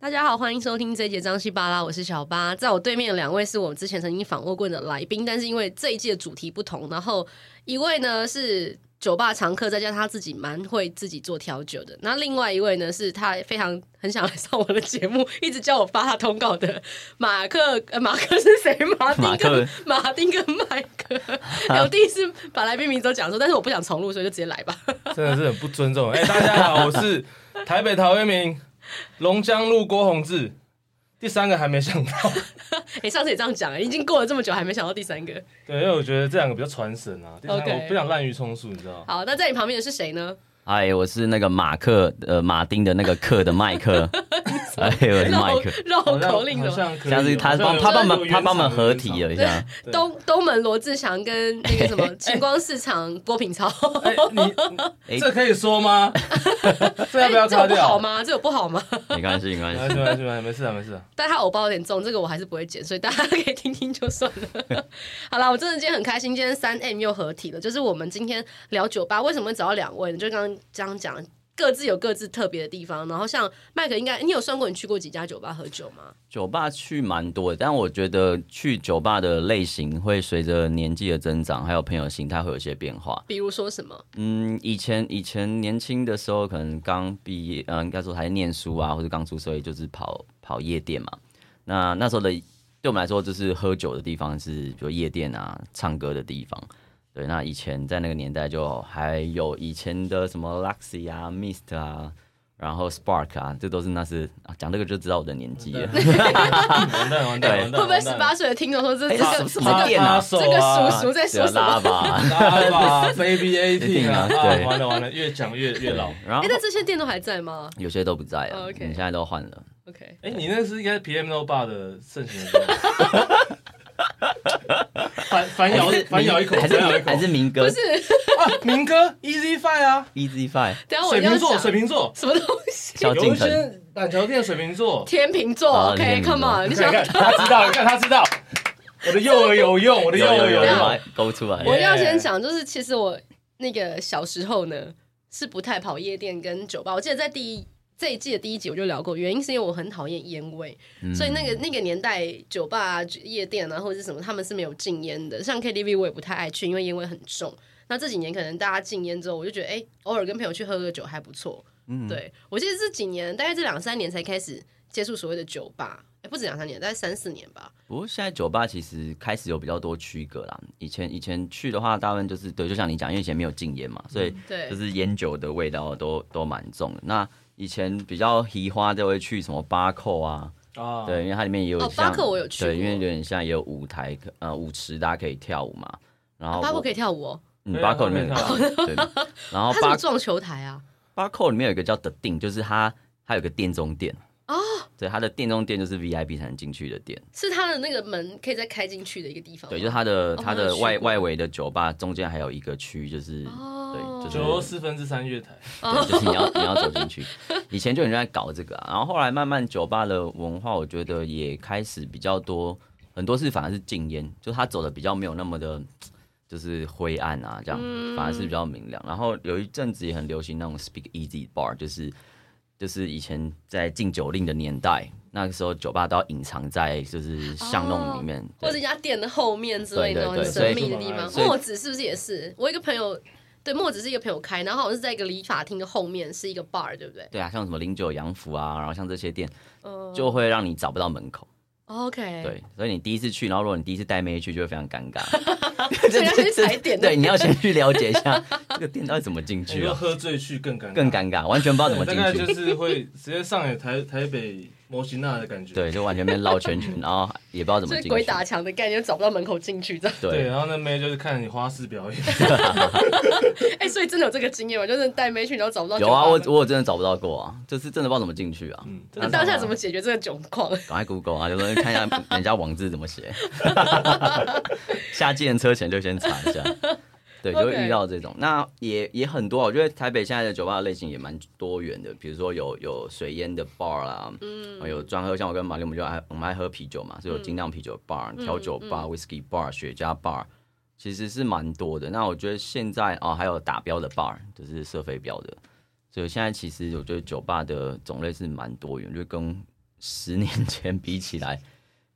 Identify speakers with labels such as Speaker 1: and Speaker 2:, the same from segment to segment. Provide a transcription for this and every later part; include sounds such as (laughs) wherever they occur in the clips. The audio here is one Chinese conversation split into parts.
Speaker 1: 大家好，欢迎收听这一节张西巴拉，我是小八。在我对面的两位是我们之前曾经访问过的来宾，但是因为这一季的主题不同，然后一位呢是酒吧常客，再加上他自己蛮会自己做调酒的。那另外一位呢是他非常很想来上我的 (laughs) 节目，一直叫我发他通告的马克，呃、马克是谁？马丁
Speaker 2: 马
Speaker 1: 跟
Speaker 2: 克
Speaker 1: 马丁跟麦克。哎我第一次把来宾名字都讲错，但是我不想重录，所以就直接来吧。
Speaker 3: 真的是很不尊重。哎、大家好，我是台北陶渊明，龙江路郭宏志。第三个还没想到，
Speaker 1: 哎、上次也这样讲、哎，已经过了这么久，还没想到第三个。
Speaker 3: 对，因为我觉得这两个比较传神啊。第三个
Speaker 1: OK
Speaker 3: 我不想滥竽充数，你知道？
Speaker 1: 好，那在你旁边的是谁呢？
Speaker 2: 哎，我是那个马克，呃，马丁的那个克的麦克，哎，我是麦
Speaker 1: 绕
Speaker 2: 克，
Speaker 1: 绕
Speaker 3: 好像
Speaker 1: 口令哦
Speaker 3: 好
Speaker 1: 的吗？
Speaker 3: 像可以
Speaker 2: 像是他
Speaker 3: 好像
Speaker 2: 帮
Speaker 3: 有
Speaker 2: 他帮
Speaker 3: 有
Speaker 2: 忙
Speaker 1: 啊
Speaker 3: 原
Speaker 2: 他
Speaker 3: 厂
Speaker 2: 帮忙合
Speaker 3: 原
Speaker 2: 体
Speaker 3: 厂
Speaker 2: 了一下，
Speaker 3: 对
Speaker 1: 东东门罗志祥跟那个什么晴光市场郭品超，
Speaker 3: 哎、
Speaker 2: 哎
Speaker 3: 你这可以说吗？这 (laughs) 要
Speaker 1: 哎
Speaker 3: 不要
Speaker 1: 这有
Speaker 3: 擦
Speaker 1: 不好
Speaker 3: 掉？
Speaker 1: 吗？这有不好吗？
Speaker 2: 没关系没关
Speaker 3: 没
Speaker 1: 哎
Speaker 2: 系
Speaker 3: 关系，。没关系，没事啊，没事啊。
Speaker 1: 但他偶包有点重，这个我还是不会剪，所以大家可以听听就算了。好啦，我真的今天很开心，今天三 M 又合体了，就是我们今天聊酒吧，为什么会找到两位呢？就刚刚这样讲，各自有各自特别的地方。然后像麦克，应该你有算过你去过几家酒吧喝酒吗？
Speaker 2: 酒吧去蛮多的，但我觉得去酒吧的类型会随着年纪的增长，还有朋友心态会有一些变化。
Speaker 1: 比如说什么？
Speaker 2: 嗯，以前以前年轻的时候，可能刚毕业，嗯、应该说还在念书啊，或者刚出社会，就是跑跑夜店嘛。那那时候的对我们来说，就是喝酒的地方是比如夜店啊，唱歌的地方。对，那以前在那个年代，就还有以前的什么 Luxy 啊、Mist 啊，然后 Spark 啊，这都是那是啊讲这个就知道我的年纪
Speaker 1: (laughs)
Speaker 2: 了。
Speaker 3: 完蛋，完蛋，完蛋！
Speaker 1: 会不会
Speaker 3: 完
Speaker 1: 十
Speaker 3: 蛋
Speaker 1: 八岁的听众说这
Speaker 2: 哎
Speaker 1: 这个
Speaker 2: 什么什
Speaker 1: 这
Speaker 2: 么
Speaker 1: 个
Speaker 2: 店啊
Speaker 3: 这
Speaker 1: 这个叔叔在
Speaker 2: 对
Speaker 1: 说
Speaker 2: 啊，
Speaker 1: 什么
Speaker 2: 拉？吧。
Speaker 3: 拉吧，Baby 啊
Speaker 2: 一
Speaker 3: Eighteen
Speaker 2: 定
Speaker 3: 啊
Speaker 2: 啊，
Speaker 3: 啊
Speaker 2: 对
Speaker 3: 完了完了，越讲越越老。
Speaker 2: (laughs) 然后
Speaker 1: 哎、那这些店都还在吗
Speaker 2: 有些都不在
Speaker 1: 哦
Speaker 2: 了，
Speaker 1: ，OK
Speaker 2: 你现在都换了。
Speaker 1: ？OK，
Speaker 3: 哎、你那是应该是 PM No Bar 的盛行 (laughs) 的时候，反反咬
Speaker 2: 还是
Speaker 3: 哎反咬一口，
Speaker 2: 还是
Speaker 3: 反咬一口
Speaker 2: 还是民歌
Speaker 1: 不是，
Speaker 3: 啊，民歌 Easy Five 啊，
Speaker 2: Easy Five
Speaker 1: 等一下我
Speaker 3: 水
Speaker 1: 要
Speaker 3: 瓶座，
Speaker 1: 讲
Speaker 3: 水瓶座，
Speaker 1: 什么东西？ (laughs)
Speaker 2: 萧
Speaker 3: 有
Speaker 2: 敬
Speaker 3: 一
Speaker 2: 腾，
Speaker 3: 些板桥店水瓶座，
Speaker 1: 天秤座
Speaker 2: 啊天秤座
Speaker 1: ，OK，Come on，你
Speaker 3: 你
Speaker 1: 想
Speaker 3: 看，他
Speaker 1: (laughs)
Speaker 3: 知道，你看他知道，我的幼儿有 (laughs) 用，我的幼儿
Speaker 1: 有
Speaker 3: 有
Speaker 1: 有
Speaker 3: 用，
Speaker 2: 把它勾出来
Speaker 1: 我
Speaker 3: 耶
Speaker 1: 要先讲，就是其实我那个小时候呢是不太跑夜店跟酒吧，我记得在第一。这一季的第一集我就聊过，原因是因为我很讨厌烟味，
Speaker 2: 嗯
Speaker 1: 所以那个那个年代酒吧、啊、夜店啊或者是什么，他们是没有禁烟的。像 KTV 我也不太爱去，因为烟味很重。那这几年可能大家禁烟之后，我就觉得哎、偶尔跟朋友去喝个酒还不错。
Speaker 2: 嗯
Speaker 1: 对我记得这几年，大概这两三年才开始接触所谓的酒吧，哎，不止两三年，大概三四年吧。
Speaker 2: 不过现在酒吧其实开始有比较多区隔啦。以前以前去的话，大部分就是对，就像你讲，因为以前没有禁烟嘛，所以
Speaker 1: 对
Speaker 2: 就，是烟酒的味道都都蛮重的。那以前比较奇花就会去什么巴扣啊，
Speaker 3: 啊，
Speaker 2: 对，因为它里面也有
Speaker 1: 哦
Speaker 2: 像
Speaker 1: 巴扣我有去
Speaker 2: 对，因为
Speaker 1: 过
Speaker 2: 有点像也有舞台可呃舞池，大家可以跳舞嘛。然后
Speaker 1: 包括可
Speaker 2: 以，
Speaker 1: 以跳舞哦，
Speaker 2: 嗯
Speaker 3: 对啊
Speaker 2: 巴扣里面有
Speaker 3: 他
Speaker 2: 跳舞，对。然后
Speaker 1: 它是不
Speaker 2: 巴
Speaker 1: 是撞球台啊？
Speaker 2: 巴扣里面有一个叫的定，就是它它有个店中店哦，对，它的店中店就是 VIP 才能进去的店，
Speaker 1: 是它的那个门可以再开进去的一个地方吗。
Speaker 2: 对，就是它的
Speaker 1: 哦
Speaker 2: 它
Speaker 1: 我有
Speaker 2: 的
Speaker 1: 去
Speaker 2: 外
Speaker 1: 过
Speaker 2: 外围的酒吧中间还有一个区，就是
Speaker 1: 哦
Speaker 2: 对，就是
Speaker 3: 九又四分之三月台，
Speaker 2: 对，就是你要你要走进去。以前就有人在搞这个、啊，然后后来慢慢酒吧的文化，我觉得也开始比较多，很多是反而是禁烟，就他走的比较没有那么的，就是灰暗啊这样，反而
Speaker 1: 嗯
Speaker 2: 是比较明亮。然后有一阵子也很流行那种 speak easy bar，就是就是以前在禁酒令的年代，那个时候酒吧都要隐藏在就是巷弄里面，
Speaker 1: 哦或
Speaker 2: 对
Speaker 1: 者一家店的后面之类的那种
Speaker 2: 对对对
Speaker 1: 很神秘的地方。
Speaker 2: 所以
Speaker 1: 墨子是不是也是？我有一个朋友，对墨子是一个朋友开，然后好像是在一个理发厅的后面是一个 bar，对不对？
Speaker 2: 对啊，像什么零九洋服啊，然后像这些店
Speaker 1: 嗯
Speaker 2: 就会让你找不到门口。
Speaker 1: ，OK，，
Speaker 2: 对，所以你第一次去，然后如果你第一次带妹去，就会非常尴
Speaker 1: (laughs)
Speaker 2: 尬。
Speaker 1: 所以要先踩点
Speaker 2: 对，你要先去了解一下这个店到底怎么进
Speaker 3: 你
Speaker 2: 去
Speaker 3: 说
Speaker 2: 啊，
Speaker 3: 哎喝醉去更尴尬，
Speaker 2: 更尴尬，完全不知道怎么
Speaker 3: 大
Speaker 1: (laughs)
Speaker 2: 进
Speaker 3: 概就
Speaker 2: 去。
Speaker 3: 是会 (laughs) 直接上海台台北模型那的感觉，
Speaker 2: 对，就完全被绕圈圈，然后也不知道怎么
Speaker 1: 所 (laughs)
Speaker 2: 进
Speaker 1: 以
Speaker 2: 去。
Speaker 1: 鬼打墙的概念，找不到门口进去
Speaker 2: (laughs)
Speaker 1: 这样。
Speaker 3: 对，
Speaker 2: 对，
Speaker 3: 然后那妹就是看你花式表演，
Speaker 1: 哎，所以真的有这个经验吗？就是带妹去，然后找不到酒
Speaker 2: 有
Speaker 1: 吧
Speaker 2: 啊，
Speaker 1: 门。
Speaker 2: 我我真的找不到过啊，就是真的不知道怎么进去啊。
Speaker 3: 嗯，
Speaker 1: 那当下怎么解决这个窘况？
Speaker 2: 赶快 Google 啊，就说看一下人家网字怎么写。下计程车前就先查一下。对，就会
Speaker 1: OK
Speaker 2: 遇到这种。那也也很多啊，我觉得台北现在的酒吧的类型也蛮多元的，比如说有有水烟的 bar 啦，嗯，有专喝，像我跟玛丽我们就爱我们爱喝啤酒嘛，所以有精酿啤酒 bar、调酒 bar、whisky bar、雪茄 bar，其实是蛮多的。那我觉得现在啊、哦还有打标的 bar，就是射飞镖的。所以现在其实我觉得酒吧的种类是蛮多元，就跟十年 (laughs) 前比起来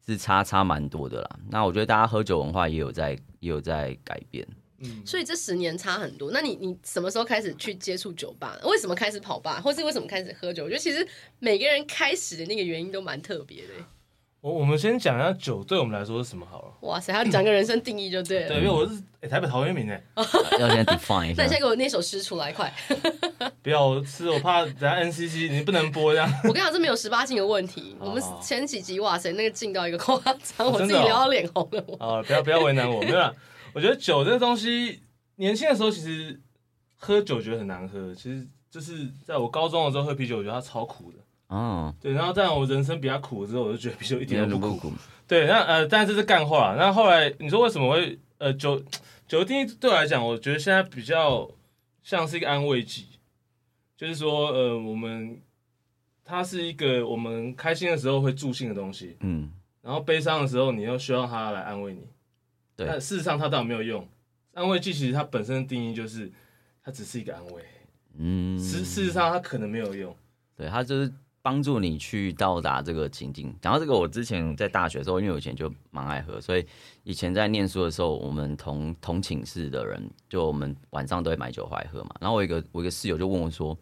Speaker 2: 是差差蛮多的啦。那我觉得大家喝酒文化也有在也有在改变。
Speaker 3: 嗯，
Speaker 1: 所以这十年差很多。那你你什么时候开始去接触酒吧？为什么开始跑吧，或是为什么开始喝酒？我觉得其实每个人开始的那个原因都蛮特别的。欸
Speaker 3: 我我们先讲一下酒对我们来说是什么好了。
Speaker 1: 哇塞，他讲个人生定义就对了。
Speaker 2: 啊
Speaker 3: 对，因为我是、欸、台北陶渊明诶，
Speaker 2: 要先 define 一
Speaker 1: (laughs) 那
Speaker 2: 下
Speaker 1: 你现在给我念首诗出来，快！
Speaker 3: 不要我吃，我怕等下 NCC 你不能播这样。 (laughs)
Speaker 1: 我跟你讲，这没有十八禁的问
Speaker 2: (laughs)
Speaker 1: 题。我们前几集，哇塞，那个禁到一个夸张，我自己
Speaker 3: 真的哦
Speaker 1: 聊到脸红了。我
Speaker 3: 啊，不要不要为难我，没有啦。我觉得酒这东西，年轻的时候其实喝酒觉得很难喝，其实就是在我高中的时候喝啤酒，我觉得它超苦的。
Speaker 2: 哦，
Speaker 3: 对，然后在我人生比较苦之后，我就觉得啤酒一
Speaker 2: 你
Speaker 3: 点都不苦。
Speaker 2: 苦，
Speaker 3: 对，那呃，但这是干话啦。那后来你说为什么会呃酒酒的定义对我来讲，我觉得现在比较像是一个安慰剂，就是说呃我们它是一个我们开心的时候会助兴的东西，
Speaker 2: 嗯，
Speaker 3: 然后悲伤的时候你又需要它来安慰你。
Speaker 2: 对
Speaker 3: 但事实上它倒没有用。安慰剂其实它本身的定义就是它只是一个安慰，
Speaker 2: 嗯，
Speaker 3: 事事实上它可能没有用。
Speaker 2: 对，它就是帮助你去到达这个情境。讲到这个，我之前在大学的时候，因为我以前就蛮爱喝，所以以前在念书的时候，我们同同寝室的人，就我们晚上都会买酒回来喝嘛。然后我有一个我有一个室友就问我说：“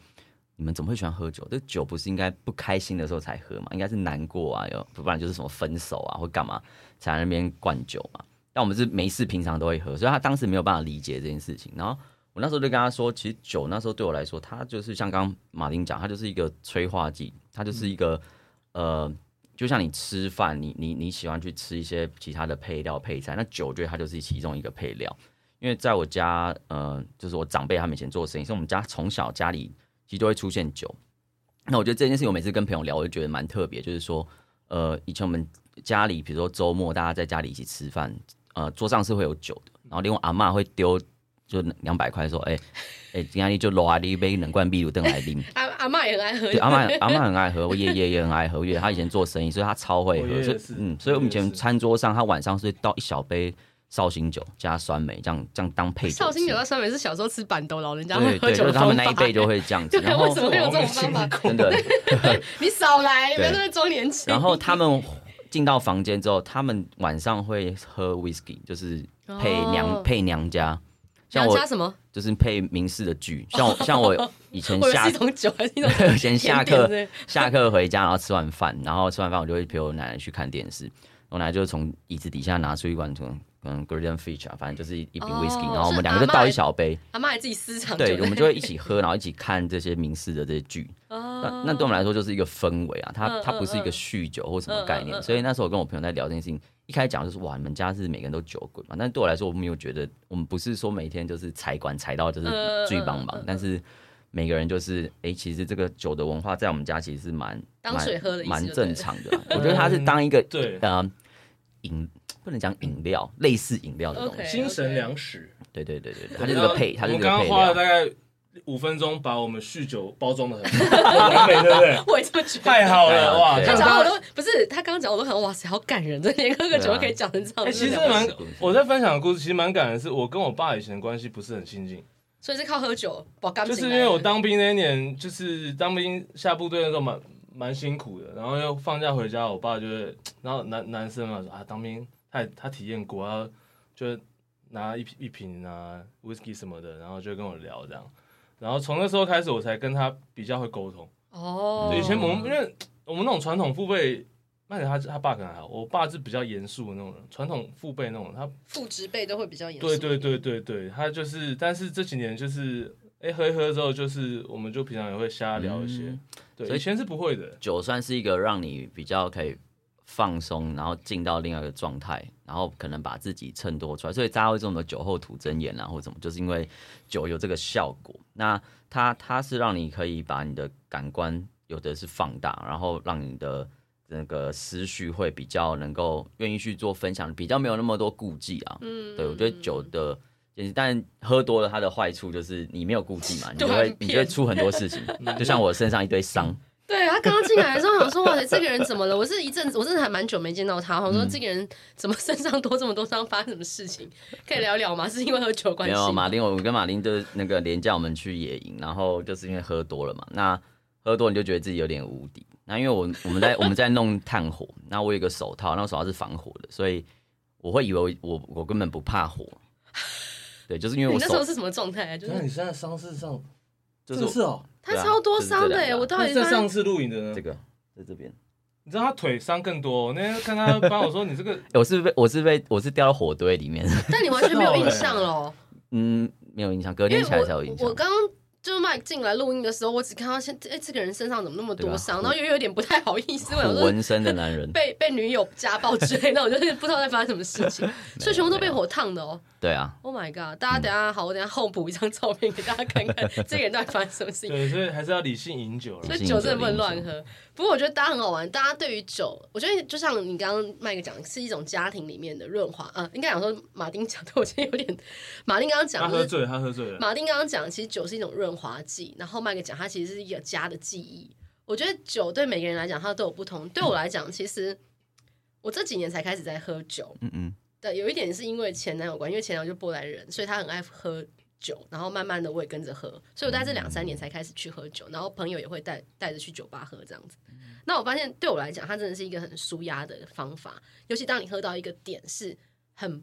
Speaker 2: 你们怎么会喜欢喝酒？这酒不是应该不开心的时候才喝嘛？应该是难过啊，要不然就是什么分手啊或干嘛才在那边灌酒嘛。但我们是没事平常都会喝，所以他当时没有办法理解这件事情。然后我那时候就跟他说，其实酒那时候对我来说，它就是像刚刚马丁讲，它就是一个催化剂，它就是一个、呃，就像你吃饭，你你你喜欢去吃一些其他的配料配菜，那酒我觉得它就是其中一个配料。因为在我家，呃，就是我长辈他们以前做生意，所以我们家从小家里其实都会出现酒。那我觉得这件事情，我每次跟朋友聊，我就觉得蛮特别，就是说，呃，以前我们家里，比如说周末大家在家里一起吃饭，呃，桌上是会有酒的，然后另外阿嬷会丢就两百块说，哎、 (laughs) 哎，今天就拿了一杯冷罐啤酒等来
Speaker 1: (laughs)
Speaker 2: 拎。
Speaker 1: 阿阿妈也很爱喝
Speaker 2: 对，，阿妈阿妈很爱喝，我爷爷也很爱喝，因为他以前做生意，所以他超会
Speaker 3: 我
Speaker 2: 喝
Speaker 3: 爷爷，
Speaker 2: 所以
Speaker 3: 是
Speaker 2: 嗯，所以我们以
Speaker 3: 我爷
Speaker 2: 前
Speaker 3: 爷是
Speaker 2: 餐桌上，他晚上是倒一小杯绍兴酒加酸梅，这样这样当配酒吃。
Speaker 1: 绍兴酒到上面是小时候吃板豆老人家
Speaker 2: 对
Speaker 1: 会喝
Speaker 2: 对，就
Speaker 1: 酒的
Speaker 2: 是他
Speaker 1: 方
Speaker 2: 们那一
Speaker 1: 法。
Speaker 2: 辈就会这样子，
Speaker 1: (laughs) 对，
Speaker 2: 然后
Speaker 1: 为什么会有这种方法？(laughs)
Speaker 2: 真的，
Speaker 1: 你少来，不
Speaker 2: 对
Speaker 1: 要在那装年轻。
Speaker 2: 然后他们进到房间之后，他们晚上会喝 whisky，就是配娘、
Speaker 1: 哦
Speaker 2: 配娘家，像
Speaker 1: 你要
Speaker 2: 我
Speaker 1: 加什么？
Speaker 2: 就是配明式的剧，像我像我以前
Speaker 1: (laughs) 我以为
Speaker 2: 下
Speaker 1: 是一种酒还
Speaker 2: (laughs)
Speaker 1: 是一种
Speaker 2: 以前下
Speaker 1: 甜点
Speaker 2: 课
Speaker 1: 之类的
Speaker 2: 下课回家，然后吃完饭，然后吃完饭我就会陪我奶奶去看电视。我奶奶就从椅子底下拿出一罐可能可能 Golden Fish 啊，反正就是一一瓶
Speaker 1: 哦
Speaker 2: whisky，、然后我
Speaker 1: 是
Speaker 2: 们两个就
Speaker 1: 阿嬷
Speaker 2: 倒一
Speaker 1: 也
Speaker 2: 小杯，
Speaker 1: 阿妈也自己私 (laughs) 藏酒
Speaker 2: 对，我们就会一起喝，然后一起看这些名士的这些
Speaker 1: (laughs)
Speaker 2: 剧。那那对我们来说就是一个氛围啊，它
Speaker 1: 哦嗯
Speaker 2: 它不是一个
Speaker 1: 嗯
Speaker 2: 酗酒或什么概
Speaker 1: 嗯嗯
Speaker 2: 念。
Speaker 1: 嗯
Speaker 2: 所以那时候我跟我朋友在聊这件事情，一开始讲就是哇，你们家是每个人都酒鬼嘛？但对我来说，我没有觉得我们不是说每天就是财管财到就是
Speaker 1: 嗯嗯
Speaker 2: 醉
Speaker 1: 嗯
Speaker 2: 邦
Speaker 1: 嗯
Speaker 2: 邦
Speaker 1: 嗯，
Speaker 2: 但是每个人就是哎、诶其实这个酒的文化在我们家其实是蛮
Speaker 1: 当水喝的意思
Speaker 2: 蛮
Speaker 1: 就对
Speaker 2: 正
Speaker 1: 了
Speaker 2: 常
Speaker 1: (laughs)
Speaker 2: 的啊。我觉得它是当一个
Speaker 3: 对
Speaker 2: 呃饮不能讲饮料，类似饮料的东
Speaker 1: OK
Speaker 2: 西。
Speaker 3: 精神粮食，
Speaker 2: 对对对对对，它就是个配，它就
Speaker 3: 我
Speaker 2: 是
Speaker 3: 们
Speaker 2: 个
Speaker 3: 刚
Speaker 2: 配
Speaker 3: 刚花了
Speaker 2: 料。
Speaker 3: 大概五分钟把我们酗酒包装的很 (laughs) 很完美，对不对？
Speaker 2: (laughs)
Speaker 1: 我也这么觉得。
Speaker 3: 太好了哇！
Speaker 2: 对
Speaker 3: 这
Speaker 1: 他
Speaker 3: 样
Speaker 1: 讲到
Speaker 3: 大
Speaker 1: 我
Speaker 3: 家
Speaker 1: 都不是，他刚刚讲我都想，哇塞，好感人，这连喝个酒都可以讲成这
Speaker 3: 哎，
Speaker 1: 样子。
Speaker 3: 其实
Speaker 2: 对啊
Speaker 3: 蛮我在分享的故事，其实蛮感人的是，我跟我爸以前的关系不是很亲近，
Speaker 1: 所以是靠喝酒，我刚
Speaker 3: 就是因为我当兵那一年，就是当兵下部队的时候蛮蛮辛苦的，然后又放假回家，我爸就会，然后男男生嘛说啊，当兵他也他体验过，然后就会拿一瓶一瓶啊 whisky 什么的，然后就跟我聊这样，然后从那时候开始，我才跟他比较会沟通。
Speaker 1: 哦
Speaker 3: 对，以前我们因为我们那种传统父辈，那他他爸可能还好，我爸是比较严肃的那种人，传统父辈那种，他
Speaker 1: 父职辈都会比较严肃。
Speaker 3: 对对对对对，他就是，但是这几年就是，哎，喝一喝之后，就是我们就平常也会瞎聊一些，
Speaker 2: 嗯
Speaker 3: 对，
Speaker 2: 所以
Speaker 3: 以前是不会的，
Speaker 2: 酒算是一个让你比较可以放松，然后进到另外一个状态，然后可能把自己衬托出来。所以大家会这么酒后吐真言啊，或怎么，就是因为酒有这个效果。那它它是让你可以把你的感官有的是放大，然后让你的那个思绪会比较能够愿意去做分享，比较没有那么多顾忌啊。
Speaker 1: 嗯
Speaker 2: 对，我觉得酒的。但喝多了，它的坏处就是你没有顾忌 (laughs) 嘛，你就
Speaker 1: 突然
Speaker 2: 会你嗯就会
Speaker 1: 变
Speaker 2: 出很多事 (laughs) 情，就像我身上一堆伤，
Speaker 1: 对他刚刚进来的时候，我想说
Speaker 3: (laughs)
Speaker 1: 哇塞，这个人怎么了？我是一阵子，我真的还蛮久没见到他，我说
Speaker 2: 嗯
Speaker 1: 这个人怎么身上多这么多伤，发生什么事情？可以聊聊吗？是因为喝酒的关
Speaker 2: 没
Speaker 1: 系？
Speaker 2: 有啊马林，我跟马林就是那个廉价，我们去野营，然后就是因为喝多了嘛，那喝多你就觉得自己有点无敌，那因为我我们在我们在弄炭火，那我有一个手套，那个手套是防火的，所以我会以为我我我根本不怕火。对，就是因为
Speaker 1: 你
Speaker 2: 我
Speaker 1: 那时候
Speaker 2: 手
Speaker 1: 是什么状态啊？就
Speaker 3: 那
Speaker 1: 是
Speaker 3: 你现在伤势上
Speaker 2: 就
Speaker 3: 这是
Speaker 2: 是
Speaker 3: 哦，
Speaker 1: 他超多伤的
Speaker 2: 对
Speaker 1: 耶，
Speaker 2: 啊就是这两个
Speaker 1: 我到
Speaker 3: 那
Speaker 1: 底
Speaker 3: 在
Speaker 1: 他
Speaker 3: 上次录影的呢
Speaker 2: 这？个在这边。
Speaker 3: 你知道他腿伤更多哦、我那天看他帮我说你这个
Speaker 2: 欸我是被我是被我是掉到火堆里面， (laughs)
Speaker 1: 但你完全没
Speaker 2: 啊
Speaker 1: 有印象了，哦
Speaker 2: 嗯，没有印象，隔
Speaker 1: 因
Speaker 2: 天
Speaker 1: 为
Speaker 2: 起来才有印
Speaker 1: 我
Speaker 2: 象
Speaker 1: 我。刚刚。就是 Mike 进来录音的时候，我只看到现哎、这个人身上怎么那么
Speaker 2: 对
Speaker 1: 多
Speaker 2: 吧
Speaker 1: 伤，然后又有点不太好意
Speaker 2: (laughs)
Speaker 1: 思，我想
Speaker 2: 虎
Speaker 1: 说
Speaker 2: 纹身的男人，
Speaker 1: 被被女友家暴之类，那我就是不知道在发生什么事
Speaker 2: (laughs)
Speaker 1: 情，所以全部都被
Speaker 2: 没有
Speaker 1: 火烫的哦。
Speaker 2: 对啊，
Speaker 1: Oh my god！大家等一下好，我等一下后补一张照片给大家看
Speaker 2: (laughs)
Speaker 1: 看，这个人到底发生什么事情。
Speaker 3: 对，所以还是要理性饮酒
Speaker 1: 所
Speaker 3: 了。
Speaker 1: 以酒真的不能乱喝。不过我觉得大家很好玩，大家对于酒，我觉得就像你刚刚麦克讲，是一种家庭里面的润滑啊。应该讲说马丁讲的，我今天有点，马丁刚刚
Speaker 3: 他
Speaker 1: 讲
Speaker 3: 喝
Speaker 1: 就是
Speaker 3: 醉，他喝醉 (laughs) 了。
Speaker 1: 马丁刚刚讲，其实酒是一种润滑剂，然后麦克讲它其实是一个家的记忆。我觉得酒对每个人来讲，它都有不同。对我来讲，其实我这几年才开始在喝酒，
Speaker 2: 嗯嗯，
Speaker 1: 对，有一点是因为前男友关，因为前男友就波兰人，所以他很爱喝酒，然后慢慢的我也跟着喝，所以我大概这两三年才开始去喝酒，然后朋友也会带带着去酒吧喝这样子。那我发现对我来讲，它真的是一个很舒压的方法，尤其当你喝到一个点是很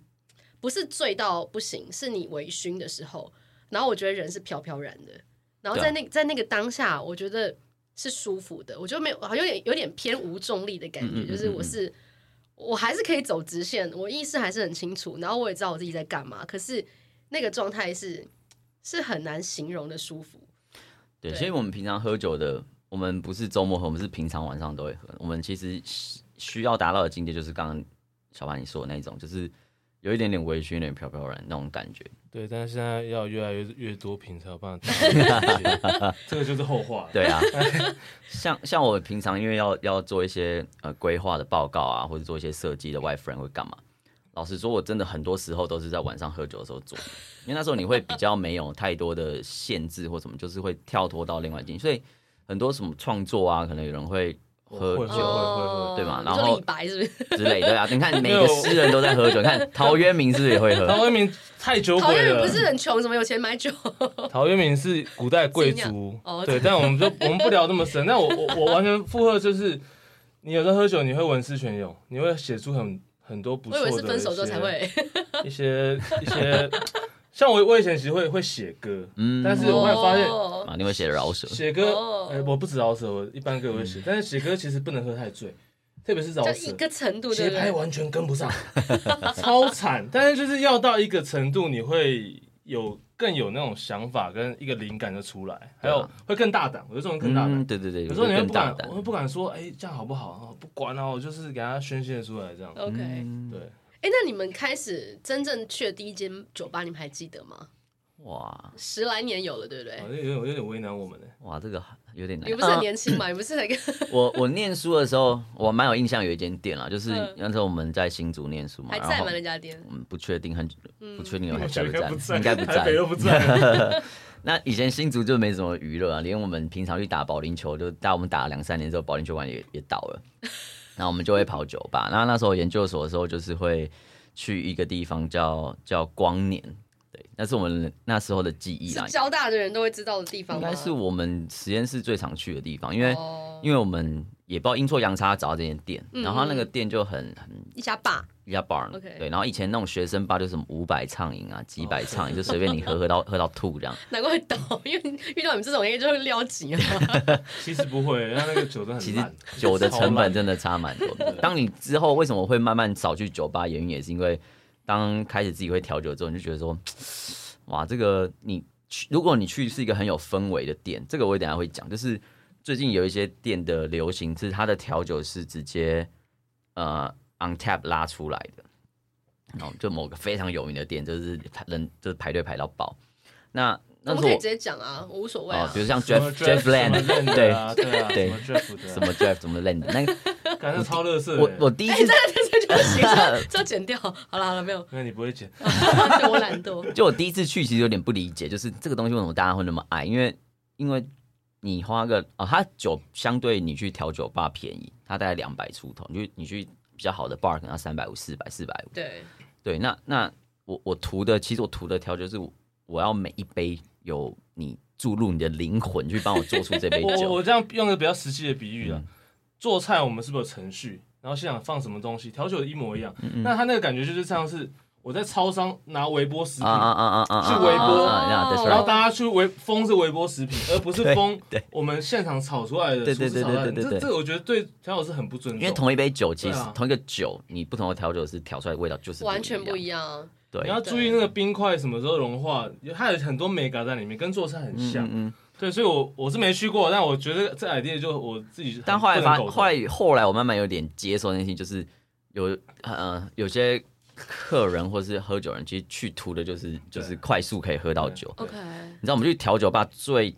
Speaker 1: 不是醉到不行，是你微醺的时候，然后我觉得人是飘飘然的，然
Speaker 2: 啊
Speaker 1: 后在那在那个当下，我觉得是舒服的，我觉得没有好像有点有点偏无重力的感觉，
Speaker 2: 嗯嗯嗯
Speaker 1: 就是我是。我还是可以走直线，我意识还是很清楚，然后我也知道我自己在干嘛，可是那个状态是是很难形容的舒服。
Speaker 2: 对，
Speaker 1: 对
Speaker 2: 所以我们平常喝酒的，我们不是周末喝，我们是平常晚上都会喝。我们其实需需要达到的境界，就是刚刚小潘你说的那种，就是有一点点微醺，有点飘飘然那种感觉。
Speaker 3: 对，但是现在要越来越越多瓶才有办法打。 (laughs) 这个就是后话。
Speaker 2: 对啊，像像我平常因为要要做一些呃规划的报告啊，或者做一些设计的外 f r i e n 会干嘛？老实说，我真的很多时候都是在晚上喝酒的时候做的，因为那时候你会比较没有太多的限制或什么，就是会跳脱到另外一境，所以很多什么创作啊，可能有人会喝
Speaker 3: 会会
Speaker 2: 酒
Speaker 1: 哦
Speaker 2: 对嘛
Speaker 1: 你
Speaker 2: 然
Speaker 1: 说
Speaker 2: 后
Speaker 1: 李白是不是？
Speaker 2: 之类的啊。你
Speaker 3: (laughs)
Speaker 2: 看每个诗人都在喝酒，你看 (laughs) 陶渊明是不是也会
Speaker 3: 陶
Speaker 2: 喝？
Speaker 3: 渊明太酒
Speaker 1: 陶
Speaker 3: 鬼
Speaker 1: 渊明
Speaker 3: 了。
Speaker 1: 不是很穷，怎么有钱买酒？
Speaker 3: 陶渊明是古代贵
Speaker 1: 尽
Speaker 3: 族
Speaker 1: 量，哦
Speaker 3: 对，但我们就我们不聊那么深。那我我我完全附和，就是你有时候喝酒，你会文思泉涌，你会写出很很多 (laughs) 不
Speaker 1: 我
Speaker 3: 错
Speaker 1: 以
Speaker 3: 的
Speaker 1: 为
Speaker 3: 一
Speaker 1: 是
Speaker 3: 些
Speaker 1: 分手之后才会。
Speaker 3: 一些一些。 (laughs) 像我我以前其实会会写歌，
Speaker 2: 嗯
Speaker 3: 但是我后来发现
Speaker 1: 哦
Speaker 2: 啊，你会写饶舌，
Speaker 3: 写歌，
Speaker 1: 哦
Speaker 3: 哎，我不止饶舌，我一般歌我会写，但是写歌其实不能喝太醉，特别是饶
Speaker 1: 就一
Speaker 3: 舌。
Speaker 1: 个程度，对
Speaker 3: 节
Speaker 1: 不
Speaker 3: 拍
Speaker 1: 对？
Speaker 3: 完全跟不上， (laughs) 超惨。但是就是要到一个程度，你会有更有那种想法跟一个灵感就出来，还
Speaker 2: 对啊
Speaker 3: 有会更大胆。有时候人更大胆
Speaker 2: 嗯，，对对对，
Speaker 3: 有时候你会
Speaker 2: 更
Speaker 3: 不
Speaker 2: 大
Speaker 3: 敢，
Speaker 2: 胆
Speaker 3: 我，会不敢说，哎，这样好不好？哦不管啊，我就是给他宣泄出来这样。
Speaker 1: OK，哎、
Speaker 2: 嗯
Speaker 3: 对，
Speaker 1: 那你们开始真正去的第一间酒吧，你们还记得吗？
Speaker 2: 哇
Speaker 1: 十来年有了，对不对
Speaker 3: 哦好？像有点有点为难我们呢。
Speaker 2: 哇，这个有点难。啊
Speaker 1: 你不是很年轻
Speaker 3: (laughs)
Speaker 1: 嘛？你不是那个
Speaker 2: 我我念书的时候，我蛮有印象有一间店啦，就是
Speaker 1: 嗯
Speaker 2: 那时候我们在新竹念书嘛，
Speaker 1: 还
Speaker 2: 然
Speaker 1: 在
Speaker 2: 后
Speaker 1: 吗？那嗯家店？
Speaker 2: 我们不确定很不确
Speaker 3: (laughs)
Speaker 2: 定有还
Speaker 3: 我觉
Speaker 2: 在
Speaker 3: 得
Speaker 2: 不
Speaker 3: 该不
Speaker 2: 在，应该不
Speaker 3: 台北
Speaker 2: 在
Speaker 3: 又。不在。
Speaker 2: 那以前新竹就没什么娱乐啊，连我们平常去打保龄球，就带我们打了两三年之后，保龄球馆也也倒
Speaker 1: (laughs)
Speaker 2: 了，然后我们就会跑酒吧。那那时候研究所的时候，就是会去一个地方叫叫光年，对，那是我们那时候的记忆
Speaker 1: 是
Speaker 2: 啦，
Speaker 1: 交大的人都会知道的地方
Speaker 2: 应
Speaker 1: 吗？
Speaker 2: 该是我们实验室最常去的地方，因为。
Speaker 1: 哦，
Speaker 2: 因为我们也不知道阴错阳差找到这间店，
Speaker 1: 嗯
Speaker 2: 然后他那个店就很很
Speaker 1: 一家吧，
Speaker 2: 一家 bar，
Speaker 1: OK
Speaker 2: 对，然后以前那种学生吧就是什么五百畅饮啊、几百畅饮，
Speaker 3: 哦
Speaker 2: 就随便你喝喝到喝到吐这样。
Speaker 1: 难怪会倒， (laughs) 因为遇到你们这种应该就会撩急啊。
Speaker 3: (laughs) 其实不会，他那个酒真的
Speaker 2: 其实
Speaker 3: 很烂，
Speaker 2: (laughs) 酒的成本真
Speaker 3: 真
Speaker 2: 的差蛮多
Speaker 3: (laughs)
Speaker 2: 的。当你之后为什么会慢慢少去酒吧，原因也是因为当开始自己会调酒之后，你就觉得说，哇，这个你去，如果你去是一个很有氛围的店，这个我等一下会讲，就是最近有一些店的流行是它的调酒是直接呃 on tap 拉出来的，然后就某个非常有名的店，就是排人就是排队排到爆。那那
Speaker 1: 我
Speaker 2: 时
Speaker 1: 们
Speaker 2: 候
Speaker 1: 可以
Speaker 2: 我
Speaker 1: 直接讲啊，我无所谓
Speaker 2: 哦
Speaker 1: 啊，
Speaker 2: 比。如像
Speaker 3: 什
Speaker 2: Jeff
Speaker 3: 么
Speaker 2: Jeff Land，
Speaker 3: 什么 Land
Speaker 2: 对
Speaker 3: 的，啊对啊，
Speaker 2: 对
Speaker 3: 什么 Jeff 的啊，
Speaker 2: 什么 Jeff 什么 Land，那个
Speaker 3: 感觉超欸乐色的。
Speaker 2: 我我第一
Speaker 1: (laughs)
Speaker 2: 次
Speaker 1: 这就行了，这剪掉。好了好了，没有，
Speaker 3: (laughs)
Speaker 1: (laughs)
Speaker 3: 那你不会剪，
Speaker 1: 对我懒
Speaker 2: (laughs)
Speaker 1: 惰。
Speaker 2: 就我第一次去，其实有点不理解，就是这个东西为什么大家会那么爱？因为因为你花个啊、它酒相对你去调酒吧便宜，它大概两百出头，你去你去比较好的 bar 可能要三百五、四百、四百五。
Speaker 1: 对，
Speaker 2: 对，那那我我图的其实我图的调酒是我我要每一杯有你注入你的灵魂去帮我做出这杯
Speaker 3: 我我
Speaker 2: 酒。嗯
Speaker 3: 我这样用个比较实际的比喻啊，做菜我们是不是有程序，然后现场放什么东西，调酒一模一样。
Speaker 2: 嗯
Speaker 3: 那他那个感觉就是像是我在超商拿微波食品
Speaker 2: 啊啊啊啊啊！
Speaker 3: 是微波
Speaker 2: 啊，that's
Speaker 1: 对
Speaker 3: 然
Speaker 2: right
Speaker 3: 后。大家去微封是微波食品，而不是
Speaker 2: 对
Speaker 3: 封
Speaker 2: 对
Speaker 3: 我们现场炒出来的
Speaker 2: 对
Speaker 3: 厨
Speaker 2: 对
Speaker 3: 师
Speaker 2: 对
Speaker 3: 炒出来的。
Speaker 2: 对对对对
Speaker 3: 这这我觉得对调酒师很不尊
Speaker 2: 因为
Speaker 3: 重。
Speaker 2: 同一杯酒，其实
Speaker 3: 对啊
Speaker 2: 同一个酒，你不同的调酒师调出来的味道就是
Speaker 1: 完全不
Speaker 2: 不一
Speaker 1: 一
Speaker 2: 样。
Speaker 1: 样啊。
Speaker 2: 对
Speaker 3: 你，要注意那个冰块什么时候融化，它有很多美感在里面，跟做菜很像。
Speaker 2: 嗯。
Speaker 3: 对，所以我我是没去过，但我觉得这 idea 就我自己很。
Speaker 2: (laughs) 但后来发，
Speaker 3: 不能苟同
Speaker 2: 后来后来我慢慢有点接受那些事情，就是有呃有些客人或是喝酒人，其实去图的就是就是快速可以喝到酒。
Speaker 1: OK，
Speaker 2: 你知道我们去调酒吧最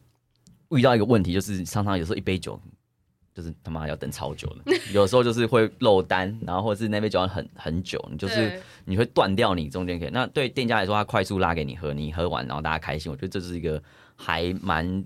Speaker 2: 遇到一个问题，就是常常有时候一杯酒就是他妈要等超久
Speaker 1: (laughs)
Speaker 2: 的，有时候就是会漏单，然后或者是那杯酒要很很久，你就是
Speaker 1: 对
Speaker 2: 你会断掉你中间可以。那对店家来说，他快速拉给你喝，你喝完然后大家开心，我觉得这是一个还蛮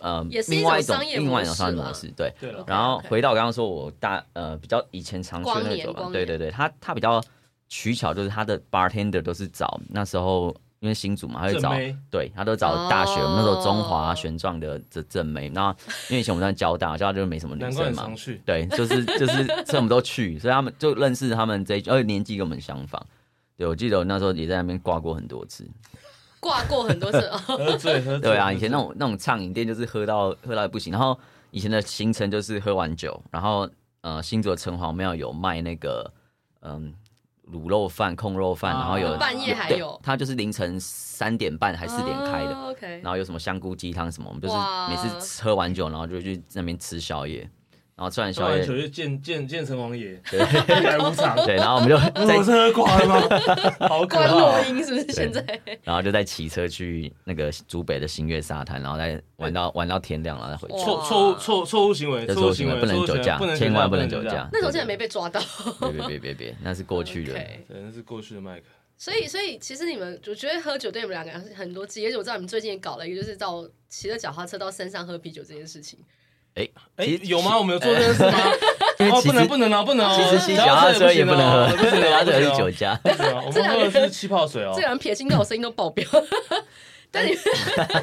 Speaker 2: 呃
Speaker 1: 也是一种
Speaker 2: 另外一种
Speaker 1: 商业模式
Speaker 2: 另外一种商业
Speaker 1: 啦
Speaker 2: 模式，对。
Speaker 3: 对了，
Speaker 2: 然后
Speaker 1: OK
Speaker 2: 回到我刚刚说，我大呃比较以前常去的那个酒吧
Speaker 1: 光年，
Speaker 2: 对对对，他他比较取巧，就是他的 bartender 都是找那时候因为新组嘛，他会
Speaker 3: 正
Speaker 2: 找
Speaker 3: 妹
Speaker 2: 对他都找大学，我们那时候中华
Speaker 1: 哦
Speaker 2: 玄奘的这正妹，那 (laughs) 因为以前我们在交大，交大就没什么女
Speaker 3: 难怪
Speaker 2: 生
Speaker 3: 很
Speaker 2: 嘛
Speaker 3: 常，去。
Speaker 2: 对，就是就是，所以我们都去，所以他们就认识他们这一群，而且年纪跟我们相仿。对，我记得我那时候也在那边挂过很多次。
Speaker 1: 挂过很多次，
Speaker 3: 喝醉喝醉。
Speaker 2: 对
Speaker 3: (laughs)
Speaker 2: 啊，以前那
Speaker 3: 种
Speaker 2: 种那种畅饮店就是喝到喝到不行，然后以前的行程就是喝完酒，然后呃新竹的城隍庙有卖那个嗯卤肉饭、控肉饭，
Speaker 3: 啊
Speaker 2: 然后有
Speaker 1: 半夜还
Speaker 2: 对
Speaker 1: 有
Speaker 2: 它就是凌晨三点半 (laughs) 还四点开的，
Speaker 1: 哦 OK，
Speaker 2: 然后有什么香菇鸡汤什么，我们就是
Speaker 1: 哇
Speaker 2: 每次喝完酒，然后就去那边吃宵夜，然后吃完
Speaker 3: 喝
Speaker 2: 宵
Speaker 3: 完
Speaker 2: 夜
Speaker 3: 酒，就见见见成王爷，
Speaker 2: (laughs) 对
Speaker 3: 来
Speaker 1: (laughs)
Speaker 3: 无常。
Speaker 2: (laughs) 对，然后我们就在
Speaker 3: 我是喝挂了吗？ (laughs) 好可
Speaker 1: 关录
Speaker 3: 怕！哦
Speaker 1: 音是不是现在？
Speaker 2: 然后就再骑车去那个竹北的新月沙滩，然后再玩到玩到天亮，然后再回去。
Speaker 3: 错错误错错误行为，
Speaker 2: 这是
Speaker 3: 错
Speaker 2: 我
Speaker 3: 误
Speaker 2: 行
Speaker 3: 行
Speaker 2: 为
Speaker 3: 为，
Speaker 2: 不能
Speaker 3: 错误行
Speaker 2: 酒
Speaker 3: 为
Speaker 2: 驾
Speaker 3: 不，能
Speaker 2: 千万不能酒
Speaker 3: 酒
Speaker 2: 驾。。
Speaker 1: 那时候竟然没被抓到。
Speaker 2: 对。 (laughs) 别别别别，那是过去的。
Speaker 1: OK
Speaker 3: 对，那是过去的麦克。
Speaker 1: 所以，所以其实你们，我觉得喝酒对你们两个人是很多激，而且我知道你们最近也搞了一个，就是到骑着脚踏车到山上喝啤酒这件事情。
Speaker 2: 哎
Speaker 3: 哎，
Speaker 2: 其实
Speaker 3: 有吗？我们有做这件事
Speaker 2: (laughs)
Speaker 3: 吗？
Speaker 2: 因为
Speaker 3: 哦，
Speaker 2: 其
Speaker 3: 不能
Speaker 2: 实
Speaker 3: 不能哦，不能哦！
Speaker 2: 其实骑
Speaker 3: 脚
Speaker 2: 脚
Speaker 3: 踏
Speaker 2: 踏
Speaker 3: 车
Speaker 2: 车也
Speaker 3: 不
Speaker 2: 不能喝，
Speaker 3: 行哦
Speaker 2: (laughs) 脚踏车也是。
Speaker 3: 不
Speaker 2: 酒
Speaker 3: 行
Speaker 2: 驾。
Speaker 3: 哦不行哦我们喝的是气泡水哦
Speaker 1: 这，两人撇清到我声音都爆
Speaker 2: (laughs)
Speaker 1: 表，但你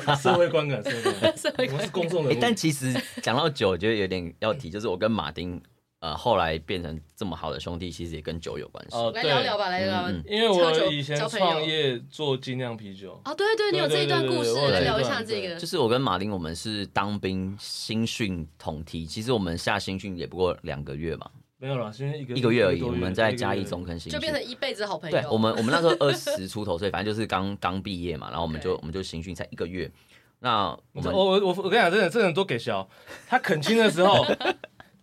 Speaker 1: 们
Speaker 3: 社会观感，社会观
Speaker 1: (laughs)
Speaker 3: 感，
Speaker 1: 社会
Speaker 3: 我们是公众人
Speaker 2: 哎，
Speaker 3: 物。
Speaker 2: 但其实讲到酒，我觉得有点要提，就是我跟马丁，呃，后来变成这么好的兄弟，其实也跟酒有关系。
Speaker 3: 哦，
Speaker 1: 来聊聊
Speaker 3: 对，
Speaker 1: 吧，来聊聊
Speaker 2: 嗯嗯
Speaker 3: 因为
Speaker 1: 喝
Speaker 3: 我
Speaker 1: 酒
Speaker 3: 以前
Speaker 1: 交朋友
Speaker 3: 创业做精酿啤酒，
Speaker 1: 哦，对对，你有这一段故事
Speaker 3: 对对对对，我
Speaker 1: 来
Speaker 2: 有
Speaker 1: 聊一
Speaker 3: 这一
Speaker 1: 下
Speaker 3: 段
Speaker 1: 这个
Speaker 2: 就。是我跟马丁，我们是当兵新训同梯，其实我们下新训也不过两个月嘛，
Speaker 3: 没有了，现在一个
Speaker 2: 一个月而已。
Speaker 3: 多
Speaker 2: 我们在嘉义中坑新
Speaker 1: 就
Speaker 2: 训，
Speaker 1: 变成一辈子好朋
Speaker 2: 对
Speaker 1: 友。(laughs)
Speaker 2: 我们，我们那时候二十出头，所以反正就是刚刚毕业嘛，然后我们就
Speaker 1: OK
Speaker 2: 我们就新训才一个月。那我
Speaker 3: 你知道
Speaker 2: 们
Speaker 3: 我我我我跟你讲，真的真的都给削。他恳亲的时
Speaker 2: (laughs)
Speaker 3: 候，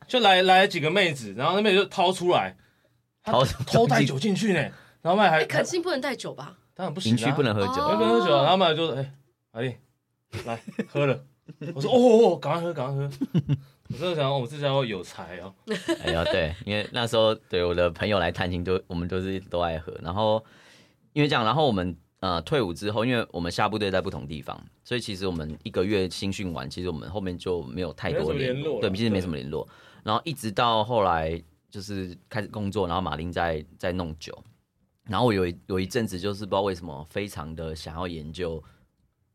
Speaker 3: 就来来几个妹子，然后那妹子就掏出来，
Speaker 2: (laughs)
Speaker 3: 他
Speaker 2: 掏
Speaker 3: 偷带酒进去呢，然后妹还
Speaker 1: 哎，肯定不能带酒吧？
Speaker 3: 当然不行
Speaker 2: 营
Speaker 3: 啊，
Speaker 2: 区不能喝酒，
Speaker 1: 哦
Speaker 3: 不能喝酒啊，然后妹就哎，阿弟来喝了，我说哦哦，哦赶快喝赶快喝，我真的想我这家伙有才哦，
Speaker 2: 哎呀，对，因为那时候对我的朋友来探亲都，我们都是都爱喝。然后因为这样，然后我们呃退伍之后，因为我们下部队在不同地方，所以其实我们一个月新训完，其实我们后面就没有太多
Speaker 3: 没有什么
Speaker 2: 联
Speaker 3: 联络
Speaker 2: 对，
Speaker 3: 了
Speaker 2: 其实没
Speaker 3: 对
Speaker 2: 什么联络。然后一直到后来就是开始工作，然后马丁在在弄酒，然后我有一有一阵子就是不知道为什么非常的想要研究，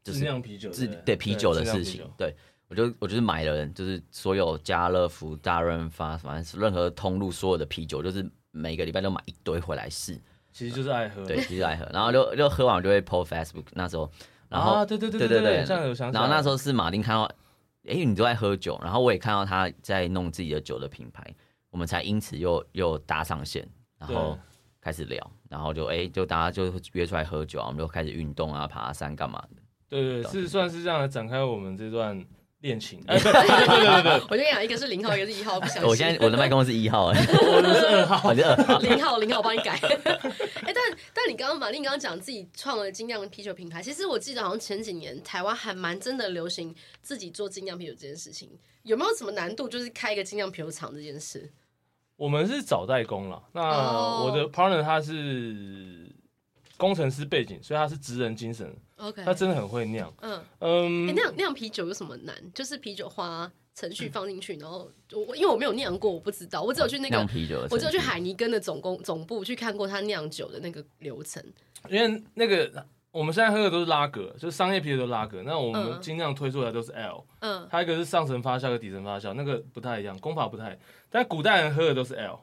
Speaker 2: 就
Speaker 3: 质
Speaker 2: 是
Speaker 3: 量啤酒
Speaker 2: 自
Speaker 3: 对不
Speaker 2: 对啤酒的
Speaker 3: 质量
Speaker 2: 事
Speaker 3: 啤
Speaker 2: 情
Speaker 3: 酒，
Speaker 2: 对我就我就是买了，就是所有家乐福、大润发，反正是任何通路所有的啤酒，就是每个礼拜都买一堆回来试，
Speaker 3: 其实就是爱喝，
Speaker 2: 对，其实来喝，然后就就喝完我就会 po Facebook 那时候，然后、
Speaker 3: 啊对对对
Speaker 2: 对
Speaker 3: 对
Speaker 2: 对，
Speaker 3: 这样有想起
Speaker 2: 然
Speaker 3: 来
Speaker 2: 后
Speaker 3: 了，
Speaker 2: 那时候是马丁看到，哎、你都在喝酒，然后我也看到他在弄自己的酒的品牌，我们才因此又又搭上线，然后
Speaker 3: 对
Speaker 2: 开始聊，然后就哎、诶就大家就约出来喝酒啊，我们就开始运动啊、爬山干嘛的。
Speaker 3: 对对，是算是这样来展开我们这段
Speaker 2: (laughs)
Speaker 3: 恋情。哎，
Speaker 1: 我就跟你讲，一个是零号，一个是一号，不相
Speaker 2: 我
Speaker 1: 信
Speaker 2: 现。在我的麦克风是一号、
Speaker 1: (laughs)
Speaker 2: 哎，
Speaker 3: 我们是二
Speaker 2: (laughs)
Speaker 3: 号，
Speaker 2: 我就二号。
Speaker 1: 零号，零号，我帮你改。哎、 (laughs) 但但你刚刚马丽刚刚讲自己创了精酿啤酒品牌，其实我记得好像前几年台湾还蛮真的流行自己做精酿啤酒这件事情，有没有什么难度？就是开一个精酿啤酒厂这件事，
Speaker 3: 我们是找代工了。那
Speaker 1: 哦
Speaker 3: 我的 partner 他是工程师背景，所以他是职人精神，
Speaker 1: OK，
Speaker 3: 他真的很会酿。
Speaker 1: 嗯，哎、
Speaker 3: 嗯，
Speaker 1: 酿酿啤酒有什么难？就是啤酒花程序放进去，然后我因为我没有酿过，我不知道，我只有去那
Speaker 2: 酿
Speaker 1: 个。
Speaker 2: 啤酒的程序，
Speaker 1: 我只有去海尼根的总工总部去看过他酿酒的那个流程，
Speaker 3: 因为那个我们现在喝的都是拉格，就是商业啤酒都是拉格。那我
Speaker 1: 嗯
Speaker 3: 们尽量推出来都是 L，、
Speaker 1: 嗯，
Speaker 3: 它一个是上层发酵，一个底层发酵，那个不太一样，功法不太。但古代人喝的都是 L，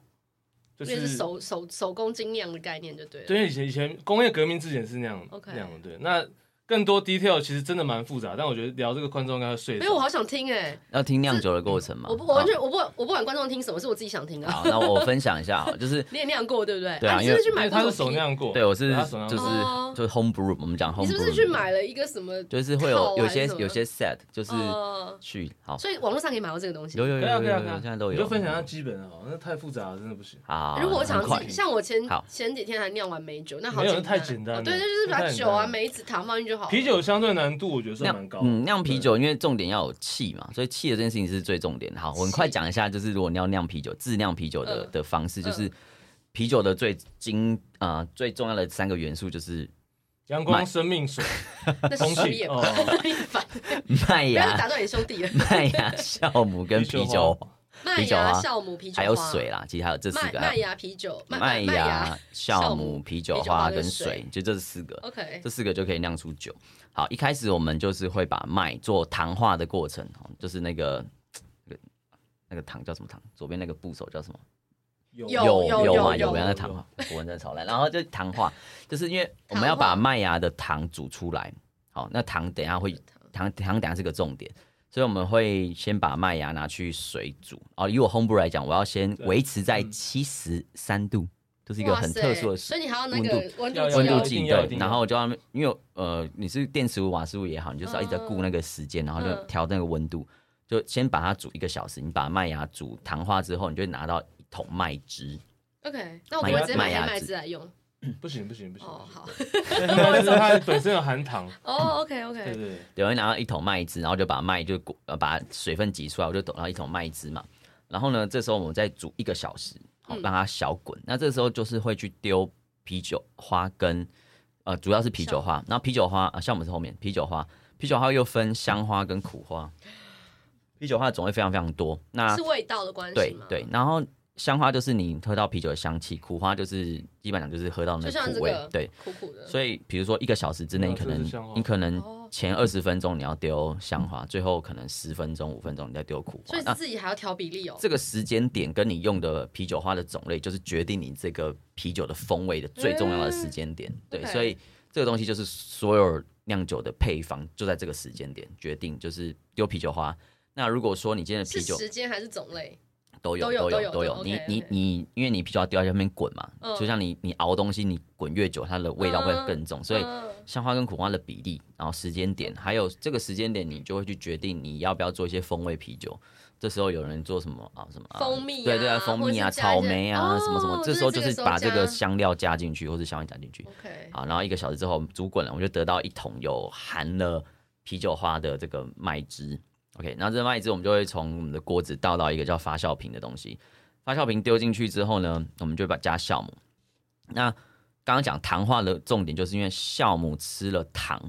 Speaker 3: 就
Speaker 1: 因为
Speaker 3: 是
Speaker 1: 是手手手工精酿的概念就对了。
Speaker 3: 对，以前以前工业革命之前是那样
Speaker 1: OK
Speaker 3: 那样的。对，那更多 detail 其实真的蛮复杂，但我觉得聊这个观众应该会睡
Speaker 1: 因
Speaker 3: 着。
Speaker 1: 为我好想听哎、
Speaker 2: 要听酿酒的过程嘛。
Speaker 1: 我不我完全我不我不管观众听什么，是我自己想听
Speaker 2: 好。
Speaker 1: (laughs) 啊。
Speaker 2: 好，那我分享一下好了，就是
Speaker 1: 你也酿过对不对？
Speaker 2: 对啊
Speaker 1: 你
Speaker 2: 因
Speaker 1: 是
Speaker 2: 为
Speaker 1: 不是去
Speaker 3: 因
Speaker 1: 买
Speaker 3: 为
Speaker 1: 过
Speaker 3: 他
Speaker 1: 什
Speaker 3: 是
Speaker 1: 么
Speaker 3: 手酿过，
Speaker 2: 对我是
Speaker 3: 他手酿
Speaker 2: 就
Speaker 3: 过
Speaker 2: 是
Speaker 1: 哦
Speaker 2: 就是 home brew，我们讲 home
Speaker 1: 你
Speaker 2: brew，
Speaker 1: 是不是去买了一个什么？
Speaker 2: 就是会有有
Speaker 1: 套啊还是
Speaker 2: 些
Speaker 1: 什么
Speaker 2: 有些 set 就是
Speaker 1: 哦
Speaker 2: 去好，
Speaker 1: 所以网络上可以买到这个东西
Speaker 2: 有。有有
Speaker 3: 可以啊
Speaker 2: 有
Speaker 3: 可以啊
Speaker 2: 有
Speaker 3: 可以
Speaker 2: 有
Speaker 3: 啊，
Speaker 2: 现在都有。
Speaker 3: 你就分享一啊下基本啊，那太复杂了，真的不行。
Speaker 2: 好，
Speaker 1: 哎如果我
Speaker 2: 很
Speaker 1: 想
Speaker 2: 快
Speaker 1: 自己，像我前
Speaker 2: 好
Speaker 1: 前几天还酿完梅酒，那好
Speaker 3: 没有
Speaker 1: 简
Speaker 3: 那太简单了
Speaker 1: 哦对，那就是把
Speaker 3: 那太简
Speaker 1: 酒
Speaker 3: 单
Speaker 1: 啊、
Speaker 3: 了
Speaker 1: 梅子糖放进去就好了。
Speaker 3: 啤酒相对难度我觉得算蛮
Speaker 2: 酿
Speaker 3: 高的，
Speaker 2: 嗯酿啤酒，因为重点要有气嘛，所以气的这件事情是最重点的。好，我很快
Speaker 1: 气
Speaker 2: 讲一下，就是如果你要酿啤酒，自酿啤酒的
Speaker 1: 嗯
Speaker 2: 的方式，就是啤酒的最精啊最重要的三个元素就是
Speaker 3: 阳光、生命水、
Speaker 1: 那是
Speaker 3: 空
Speaker 1: 失
Speaker 3: 气
Speaker 1: 业
Speaker 3: 哦
Speaker 1: (laughs) 吧？，烦，
Speaker 2: 啊麦
Speaker 1: 不要
Speaker 2: 芽、
Speaker 1: 打断你兄弟
Speaker 2: (laughs)
Speaker 1: 了。
Speaker 2: 麦芽酵母跟啤
Speaker 3: 啤
Speaker 2: 酒
Speaker 3: 酒
Speaker 2: 花，
Speaker 1: 麦
Speaker 2: 酒
Speaker 1: 芽、
Speaker 2: 啊
Speaker 1: 酵母、啤酒花，
Speaker 2: 还有水啦，其实还有这四
Speaker 1: 麦
Speaker 2: 个，
Speaker 1: 麦
Speaker 2: 还有
Speaker 1: 芽啤酒、
Speaker 2: 麦
Speaker 1: 麦芽。
Speaker 2: 芽、酵
Speaker 1: 酵
Speaker 2: 母、
Speaker 1: 母
Speaker 2: 啤酒
Speaker 1: 啤酒
Speaker 2: 花
Speaker 1: 花
Speaker 2: 跟
Speaker 1: 跟
Speaker 2: 水
Speaker 1: 水，
Speaker 2: 就这四个。
Speaker 1: OK，
Speaker 2: 这四个就可以酿出酒。好，一开始我们就是会把麦做糖化的过程，哦就是那个那个那个糖叫什么糖？左边那个部首叫什么？
Speaker 1: 有
Speaker 2: 有
Speaker 1: 有
Speaker 2: 嘛？
Speaker 1: 有
Speaker 2: 有
Speaker 1: 有
Speaker 2: 原来糖化，我文真的超烂。然后就糖化，就是因为我们要
Speaker 1: 糖化
Speaker 2: 把麦芽的糖煮出来。好，那糖等一下会糖糖等一下是个重点，所以我们会先把麦芽拿去水煮。哦，以我 homebrew 来讲，我要先维持在
Speaker 3: 嗯
Speaker 2: 七十三度，就是一个
Speaker 1: 哇
Speaker 2: 很
Speaker 1: 塞
Speaker 2: 特殊的
Speaker 1: 所以你还要那个温度
Speaker 3: 要
Speaker 1: 计
Speaker 2: 温度
Speaker 1: 哦
Speaker 3: 要
Speaker 2: 计
Speaker 3: 一定要一
Speaker 2: 对，
Speaker 3: 定要
Speaker 2: 然后就要因为呃你是电磁炉、瓦斯炉也好，你就是要一直在
Speaker 3: 嗯
Speaker 2: 顾那个时间，然后就
Speaker 1: 嗯
Speaker 2: 调那个温度，就先把它煮一个小时。你把麦芽煮糖化之后，你就会拿到一桶麦汁。
Speaker 1: OK，那我们
Speaker 3: 麦
Speaker 1: 直接买
Speaker 2: 麦芽
Speaker 1: 黑麦
Speaker 2: 汁
Speaker 1: 汁来用。
Speaker 3: 不行不行不行，
Speaker 1: 哦，好，
Speaker 3: (laughs) 但是它本身有含
Speaker 1: (laughs)
Speaker 3: 糖，
Speaker 1: 哦，OK
Speaker 3: 对
Speaker 1: OK，
Speaker 3: 对对，
Speaker 2: 对，会拿到一桶麦汁，然后就把麦就裹呃把水分挤出来，我就抖到一桶麦汁嘛。然后呢，这时候我们再煮一个小时，好
Speaker 1: 嗯
Speaker 2: 让它小滚。那这时候就是会去丢啤酒花跟呃主要是啤酒花，然后啤酒花啊，像我们是后面啤酒花，啤酒花又分香花跟苦花，啤酒花的种类非常非常多。那
Speaker 1: 是味道的关系
Speaker 2: 对
Speaker 1: 吗？
Speaker 2: 对，，然后香花就是你喝到啤酒的香气，苦花就是基本上就是喝到那
Speaker 1: 就像
Speaker 2: 苦
Speaker 1: 这
Speaker 2: 味，
Speaker 1: 个
Speaker 2: 对。
Speaker 1: 苦苦的。
Speaker 2: 所以，比如说一个小时之内，
Speaker 3: 哦
Speaker 2: 你可
Speaker 3: 这是
Speaker 2: 能
Speaker 3: 香花
Speaker 2: 你可能
Speaker 1: 哦
Speaker 2: 前二十分钟你要丢香花，最后可能十分钟、五分钟你再丢苦
Speaker 1: 所
Speaker 2: 花
Speaker 1: 以。
Speaker 2: 那
Speaker 1: 自己还要调比例哦。
Speaker 2: 这个时间点跟你用的啤酒花的种类，就是决定你这个啤酒的风味的最重要的时间点。对，
Speaker 1: 嗯 OK
Speaker 2: 所以这个东西就是所有酿酒的配方就在这个时间点决定，就是丢啤酒花。那如果说你今天的
Speaker 1: 是
Speaker 2: 啤酒
Speaker 1: 时间还是种类？
Speaker 2: 都有
Speaker 1: 都有
Speaker 2: 有
Speaker 1: 都
Speaker 2: 都
Speaker 1: 有
Speaker 2: 有，你
Speaker 1: OK，
Speaker 2: 你
Speaker 1: OK
Speaker 2: 你，因为你啤酒要丢在下面滚嘛，
Speaker 1: 嗯
Speaker 2: 就像你你熬东西，你滚越久，它的味道会
Speaker 1: 嗯
Speaker 2: 更重，所以
Speaker 1: 嗯
Speaker 2: 香花跟苦花的比例，然后时间点，还有这个时间点，你就会去决定你要不要做一些风味啤酒。这时候有人做什么啊？什么啊
Speaker 1: 蜂蜜啊
Speaker 2: 对对啊，蜂蜜啊，
Speaker 1: 或者是加一
Speaker 2: 草
Speaker 1: 些
Speaker 2: 莓啊，
Speaker 1: 哦
Speaker 2: 什么什么。
Speaker 1: 就是
Speaker 2: 时候就
Speaker 1: 这个
Speaker 2: 是
Speaker 1: 时候
Speaker 2: 把这个
Speaker 1: 加
Speaker 2: 香料加进去，或是香味加进去。
Speaker 1: OK，
Speaker 2: 好，然后一个小时之后煮滚了，我就得到一桶有含了啤酒花的这个麦汁。OK，然后这麦汁我们就会从我们的锅子倒到一个叫发酵瓶的东西，发酵瓶丢进去之后呢，我们就把加酵母。那刚刚讲糖化的重点，就是因为酵母吃了糖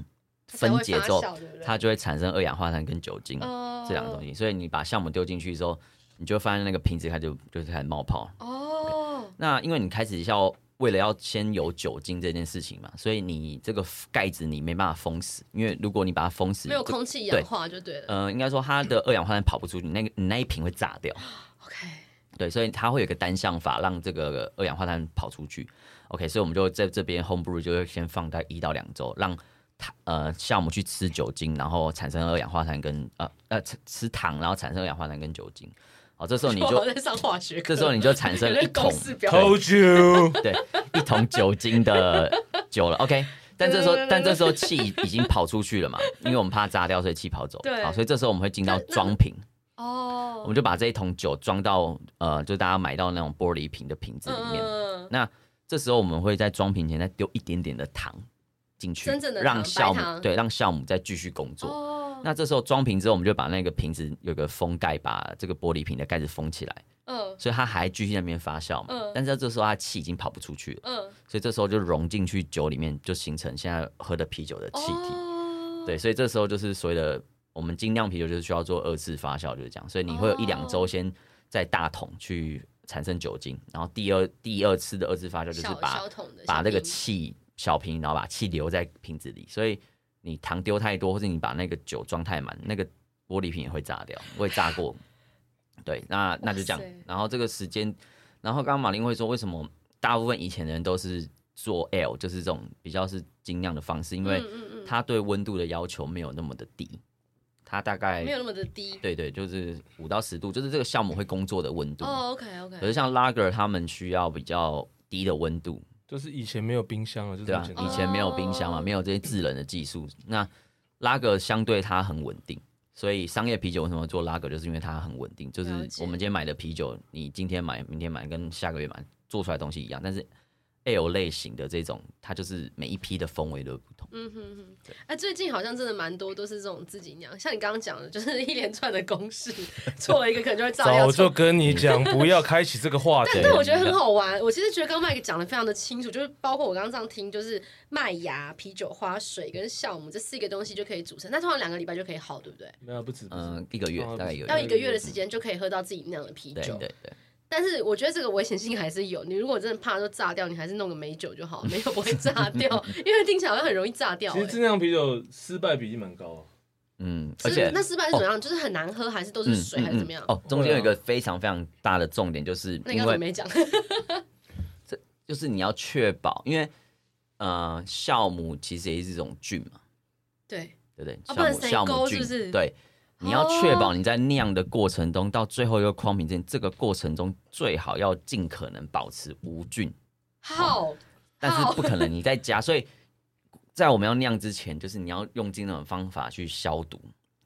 Speaker 2: 分解之后，
Speaker 1: 它才会发酵对不对
Speaker 2: 它就会产生二氧化碳跟酒精、
Speaker 1: 哦
Speaker 2: 这两个东西，所以你把酵母丢进去之后，你就会发现那个瓶子它就就是开始冒泡，
Speaker 1: 哦，
Speaker 2: 那因为你开始要为了要先有酒精这件事情嘛，所以你这个盖子你没办法封死，因为如果你把它封死，
Speaker 1: 没有空气氧化就对了。
Speaker 2: 呃，应该说它的二氧化碳跑不出去，你那个你那一瓶会炸掉。
Speaker 1: OK，
Speaker 2: 对，所以它会有一个单向法，让这个二氧化碳跑出去。OK，所以我们就在这边 homebrew 就会先放在一到两周，让它呃酵母去吃酒精，然后产生二氧化碳跟呃呃吃吃糖，然后产生二氧化碳跟酒精。好，这时候
Speaker 1: (laughs)
Speaker 2: 你
Speaker 1: 我好
Speaker 2: 就
Speaker 1: 像在上化学课，
Speaker 2: 这时候你就产生了
Speaker 1: (laughs) 有
Speaker 2: 一
Speaker 1: 点
Speaker 2: 桶
Speaker 1: 公式表
Speaker 3: Told you，
Speaker 2: 对，一桶酒精的酒了。OK，但
Speaker 1: (laughs)
Speaker 2: 这时候
Speaker 1: 对对对对
Speaker 2: 但这时候气已经跑出去
Speaker 1: (laughs)
Speaker 2: 了嘛，因为我们怕炸掉，所以气跑走。
Speaker 1: 对
Speaker 2: 好，所以这时候我们会进到
Speaker 1: 那那
Speaker 2: 装瓶，我
Speaker 1: 哦，
Speaker 2: 们就把这一桶酒装到呃，就大家买到那种玻璃瓶的瓶子里面。
Speaker 1: 嗯，
Speaker 2: 那这时候我们会在装瓶前再丢一点点的糖进去，
Speaker 1: 真正的
Speaker 2: 让
Speaker 1: 糖
Speaker 2: 酵
Speaker 1: 白糖
Speaker 2: 母对让酵母再继续工作。
Speaker 1: 哦，
Speaker 2: 那这时候装瓶之后，我们就把那个瓶子有个封盖，把这个玻璃瓶的盖子封起来，
Speaker 1: 嗯
Speaker 2: 所以它还继续在那边发酵嘛。
Speaker 1: 嗯
Speaker 2: 但是这时候它气已经跑不出去了。
Speaker 1: 嗯，
Speaker 2: 所以这时候就融进去酒里面，就形成现在喝的啤酒的气体。
Speaker 1: 哦，
Speaker 2: 对，所以这时候就是所谓的我们精酿啤酒就是需要做二次发酵，就是这样。所以你会有一两周先在大桶去产生酒精，然后第二第二次的二次发酵就是
Speaker 1: 小
Speaker 2: 把
Speaker 1: 小桶的
Speaker 2: 把
Speaker 1: 小
Speaker 2: 这个
Speaker 1: 瓶
Speaker 2: 气小瓶，然后把气留在瓶子里，所以你糖丢太多，或者你把那个酒装太满，那个玻璃瓶也会炸掉。我也炸过，对，那那就这样
Speaker 1: 哇塞。
Speaker 2: 然后这个时间，然后刚刚马林会说，为什么大部分以前的人都是做 L，就是这种比较是精酿的方式，因为
Speaker 1: 嗯嗯
Speaker 2: 它对温度的要求没有那么的低，它大概
Speaker 1: 嗯，没有那么的低。
Speaker 2: 对对，就是五到十度，就是这个酵母会工作的温度。
Speaker 1: 哦，OK
Speaker 2: 可是
Speaker 1: OK，
Speaker 2: 像 lager 他们需要比较低的温度，
Speaker 3: 就是以前没有冰箱了，就
Speaker 2: 对吧、
Speaker 3: 这么简
Speaker 2: 以
Speaker 3: 单。
Speaker 2: 前没有冰箱嘛，
Speaker 1: 哦
Speaker 2: 没有这些制冷的技术，那拉格相对它很稳定，所以商业啤酒为什么做拉格，就是因为它很稳定，就是
Speaker 1: 了解
Speaker 2: 我们今天买的啤酒，你今天买、明天买跟下个月买做出来的东西一样，但是 L 类型的这种，它就是每一批的风味都不同。
Speaker 1: 嗯哼哼，哎、最近好像真的蛮多都是这种自己酿，像你刚刚讲的，就是一连串的公式，错了一个可能就会照样
Speaker 3: 早
Speaker 1: 错
Speaker 3: 就跟你讲，不要开启这个话题。
Speaker 1: 但我觉得很好玩。我其实觉得刚刚麦克讲的非常的清楚，就是包括我刚刚这样听，就是麦芽、啤酒花、水跟酵母这四个东西就可以组成。那通常两个礼拜就可以好，对不对？
Speaker 3: 没有不止，不止
Speaker 2: 嗯、一个月
Speaker 3: 哦
Speaker 2: 大概一个
Speaker 1: 要
Speaker 2: 月，
Speaker 1: 一个月的时间就可以喝到自己酿的啤
Speaker 2: 对
Speaker 1: 酒
Speaker 2: 对。对，
Speaker 1: 但是我觉得这个危险性还是有。你如果真的怕就炸掉，你还是弄个美酒就好，没有不会炸掉，因为听起来好像很容易炸掉、
Speaker 3: 其实
Speaker 1: 欸。
Speaker 3: 自酿啤酒失败比例蛮高啊。
Speaker 2: 嗯，而
Speaker 1: 是
Speaker 2: 且
Speaker 1: 那失败是怎么样？就是很难喝，还是都是水，还是怎
Speaker 3: 嗯
Speaker 1: 么样？
Speaker 2: 哦，中间有一
Speaker 3: 啊
Speaker 2: 个非常非常大的重点，就是
Speaker 1: 那你
Speaker 2: 因
Speaker 1: 刚刚
Speaker 2: 为
Speaker 1: 怎么没
Speaker 2: (laughs)
Speaker 1: 讲？
Speaker 2: 就是你要确保，因为呃，酵母其实也是一种菌嘛，
Speaker 1: 对，
Speaker 2: 对不对？
Speaker 1: 啊不能
Speaker 2: 酵母酵
Speaker 1: 谁
Speaker 2: 母
Speaker 1: 勾
Speaker 2: 菌
Speaker 1: 是不是哦
Speaker 2: 对，你要确保你在酿的过程中，到最后一个框瓶之前，这个过程中最好要尽可能保持无菌，
Speaker 1: 好，
Speaker 2: 但是
Speaker 1: 好
Speaker 2: 不可能你在家，所以在我们要酿之前，就是你要用尽那种方法去消毒。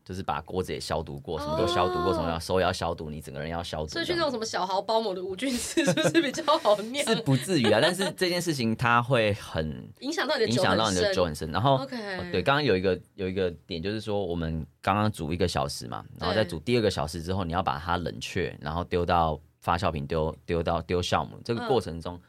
Speaker 2: 就是把锅子也消毒过，什么都消毒
Speaker 1: 哦
Speaker 2: 过，什么要手也要消毒，你整个人要消毒。
Speaker 1: 所以去
Speaker 2: 这样
Speaker 1: 那种什么小豪包某的无菌 (laughs) 室，是不是比较好酿？
Speaker 2: (laughs) 是不至于啊，但是这件事情它会很
Speaker 1: 影响到你的
Speaker 2: 影
Speaker 1: 酒
Speaker 2: 响
Speaker 1: 很
Speaker 2: 到你的
Speaker 1: 深
Speaker 2: 酒很深。然后
Speaker 1: OK
Speaker 2: 哦对，刚刚有一个有一个点就是说，我们刚刚煮一个小时嘛，然后再
Speaker 1: 对
Speaker 2: 煮第二个小时之后，你要把它冷却，然后丢到发酵瓶丢丢到丢酵母。这个
Speaker 1: 嗯
Speaker 2: 过程中，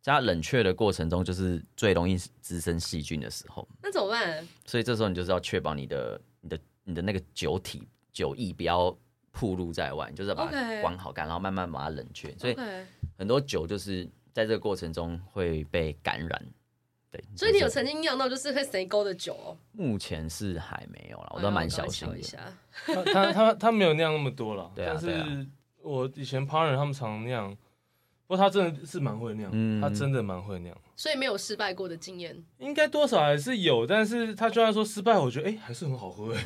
Speaker 2: 在它冷却的过程中，就是最容易滋生细菌的时候，
Speaker 1: 那怎么办？
Speaker 2: 所以这时候你就是要确保你的你的你的那个酒体酒液不要。暴露在外，你就是要把它
Speaker 1: OK
Speaker 2: 关好干然后慢慢把它冷却。所以
Speaker 1: OK
Speaker 2: 很多酒就是在这个过程中会被感染。对，
Speaker 1: 所以你有
Speaker 2: 就是
Speaker 1: 曾经酿到就是会谁勾的酒哦，
Speaker 2: 目前是还没有啦，哦我
Speaker 1: 哎
Speaker 2: 都
Speaker 1: 呀
Speaker 2: 蛮
Speaker 1: 赶快
Speaker 2: 小心
Speaker 1: 瞧一
Speaker 2: 的。
Speaker 1: 下。
Speaker 3: 他他他他没有酿那么多了，
Speaker 2: 对啊
Speaker 3: 但
Speaker 2: 对啊
Speaker 3: 是我以前 partner 他们常酿，不过他真的是蛮会酿，
Speaker 2: 嗯
Speaker 3: 他真的蛮会酿，
Speaker 1: 所以没有失败过的经验。
Speaker 3: 应该多少还是有，但是他就算说失败，我觉得哎、还是很好喝哎、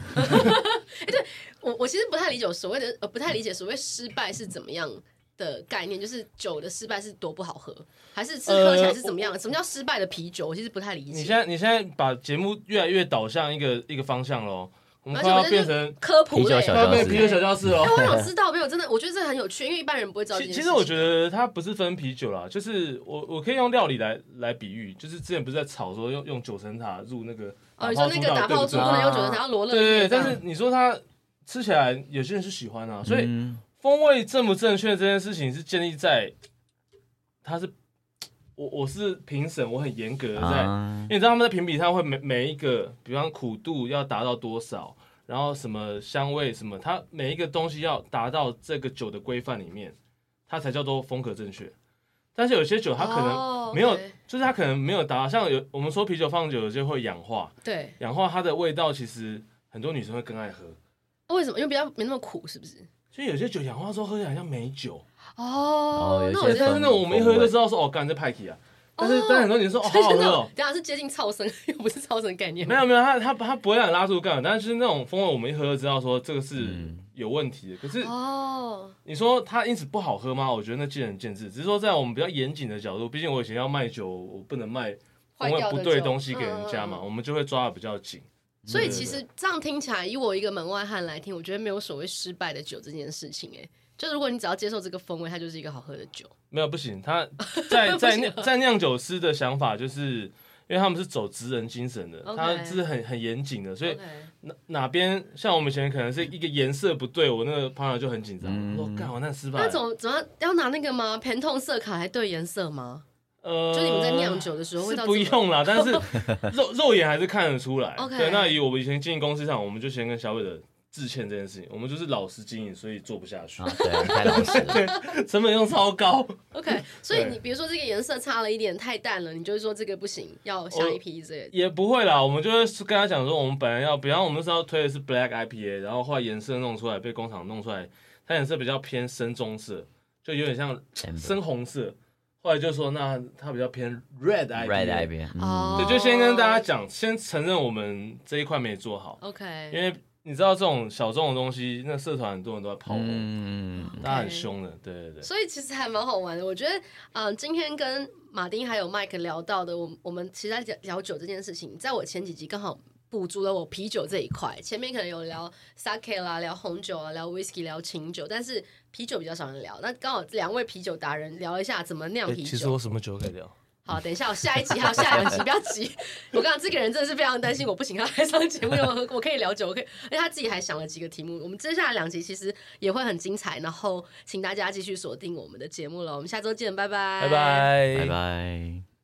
Speaker 1: 我我其实不太理解我所谓的，呃，不太理解所谓失败是怎么样的概念，就是酒的失败是多不好喝，还是是喝起来是怎么样？什么叫失败的啤酒？我其实不太理
Speaker 3: 呃你
Speaker 1: 解。
Speaker 3: 现在你现在把节目越来越导向一个一个方向喽，我们
Speaker 1: 而
Speaker 3: 快
Speaker 1: 且
Speaker 3: 要
Speaker 1: 我现在
Speaker 3: 变成
Speaker 1: 就科普
Speaker 2: 啤酒
Speaker 1: 类
Speaker 2: 小
Speaker 3: 快要
Speaker 2: 教
Speaker 3: 变
Speaker 2: 室
Speaker 3: 啤酒小教室喽
Speaker 1: 哎。我想知道，没有真的，我觉得这很有趣，因为一般人不会知道这
Speaker 3: 其
Speaker 1: 件
Speaker 3: 其
Speaker 1: 事情。
Speaker 3: 实我觉得它不是分啤酒啦，就是我我可以用料理来来比喻，就是之前不是在吵说用用九层塔入那个
Speaker 1: 哦，你说那个
Speaker 3: 打
Speaker 1: 打
Speaker 3: 泡
Speaker 1: 泡猪
Speaker 3: 猪
Speaker 2: 对
Speaker 1: 不
Speaker 2: 不对
Speaker 1: 能用酒精，然后罗勒
Speaker 3: 对对对，
Speaker 1: 叶这
Speaker 3: 但
Speaker 1: 样，
Speaker 3: 是你说它吃起来有些人是喜欢啊，所以
Speaker 2: 嗯
Speaker 3: 风味正不正确这件事情是建立在它是我我是评审，我很严格的在，
Speaker 2: 啊
Speaker 3: 因，为你知道他们在评比上会每每一个，比方苦度要达到多少，然后什么香味什么，它每一个东西要达到这个酒的规范里面，它才叫做风格正确。但是有些酒它可
Speaker 1: 哦
Speaker 3: 能没有，
Speaker 1: OK
Speaker 3: 就是它可能没有达到，像有我们说啤酒放久有些会氧化，
Speaker 1: 对，
Speaker 3: 氧化它的味道其实很多女生会更爱喝，
Speaker 1: 为什么？因为比较没那么苦，是不是？
Speaker 3: 所以有些酒氧化之后喝起来像美酒，
Speaker 1: 哦
Speaker 2: 有一
Speaker 1: 那
Speaker 2: 些
Speaker 1: 我觉得
Speaker 2: 分
Speaker 3: 但是那种我们一喝就知道说哦，干这派气啊，但是、但很多女
Speaker 1: (laughs)
Speaker 3: 生说哦好好
Speaker 1: 就是
Speaker 3: 喝
Speaker 1: 那
Speaker 3: 哦
Speaker 1: 种，，等一下是接近超生， (laughs) 又不是超生概念。
Speaker 3: 没有没有，他他他不会让你拉住杠，但是就是那种风味，我们一喝就知道说这个是
Speaker 2: 嗯
Speaker 3: 有问题的。可是
Speaker 1: 哦，
Speaker 3: 你说它因此不好喝吗？我觉得那见仁见智。只是说在我们比较严谨的角度，毕竟我以前要卖酒，我不能卖风
Speaker 1: 坏
Speaker 3: 味
Speaker 1: 掉
Speaker 3: 不
Speaker 1: 的
Speaker 3: 对
Speaker 1: 酒
Speaker 3: 东西给人家嘛，
Speaker 1: 嗯嗯
Speaker 3: 我们就会抓的比较紧。
Speaker 1: 所以
Speaker 3: 对
Speaker 1: 其
Speaker 3: 对
Speaker 1: 实这样听起来，以我一个门外汉来听，我觉得没有所谓失败的酒这件事情、哎，就如果你只要接受这个风味，它就是一个好喝的酒。
Speaker 3: 没有不
Speaker 1: (laughs)
Speaker 3: 行，他在在酿在酿酒师的想法就是。因为他们是走职人精神的，
Speaker 1: OK
Speaker 3: 他是很很严谨的，所以
Speaker 1: OK，
Speaker 3: 哪哪边像我们以前可能是一个颜色不对，我那个 partner 就很紧张，
Speaker 2: 嗯
Speaker 3: 我说干我那失败
Speaker 1: 那
Speaker 3: 了，
Speaker 1: 总总要要拿那个吗？偏痛色卡来对颜色吗？
Speaker 3: 呃，
Speaker 1: 就是你们在酿酒的时候，味
Speaker 3: 是
Speaker 1: 道
Speaker 3: 不
Speaker 1: 怎么 (laughs)
Speaker 3: 用啦，但是肉肉眼还是看得出来。
Speaker 1: OK
Speaker 3: 对，那以我们以前经营公司上，我们就先跟消费者致歉这件事情，我们就是老实经营，所以做不下去
Speaker 2: 啊，， (laughs) 对，太老实了。
Speaker 3: (laughs) 成本用超高。
Speaker 1: OK，所以
Speaker 3: 嗯
Speaker 1: (laughs)
Speaker 3: 对
Speaker 1: 你比如说这个颜色差了一点太淡了，你就会说这个不行，要下一批之类的。
Speaker 3: 也不会啦，我们就会跟他讲说，我们本来要，比方我们那时候推的是 Black IPA，然后后来颜色弄出来，被工厂弄出来，它颜色比较偏深棕色，就有点像
Speaker 2: Amber
Speaker 3: 深红色。后来就说，那它比较偏 Red IPA。
Speaker 2: Red i p
Speaker 1: 哦
Speaker 3: 对，就先跟大家讲，先承认我们这一块没做好，哦因
Speaker 1: OK，
Speaker 3: 为你知道这种小众的东西，那社团很多人都在炮轰，
Speaker 2: 嗯，
Speaker 1: 哦
Speaker 3: 大家很凶的，对对对。
Speaker 1: 所以其实还蛮好玩的。我觉得，嗯、今天跟马丁还有麦克聊到的，我们我们其实在聊聊酒这件事情，在我前几集刚好。补足了我啤酒这一块，前面可能有聊 sake 啦，聊红酒啊，聊 whisky，聊琴酒，但是啤酒比较少人聊。那刚好两位啤酒达人聊一下怎么酿
Speaker 3: 诶
Speaker 1: 啤酒。
Speaker 3: 其实我什么酒可以聊？
Speaker 1: 好，等一下，我下一集还有下两集，不要 (laughs) 急。我刚刚这个人真的是非常担心，我不请他来上节目，因为我我可以聊酒，我可以，而且他自己还想了几个题目。我们接下来两集其实也会很精彩，然后请大家继续锁定我们的节目了。我们下周见，拜拜，
Speaker 3: 拜拜，
Speaker 2: 拜拜。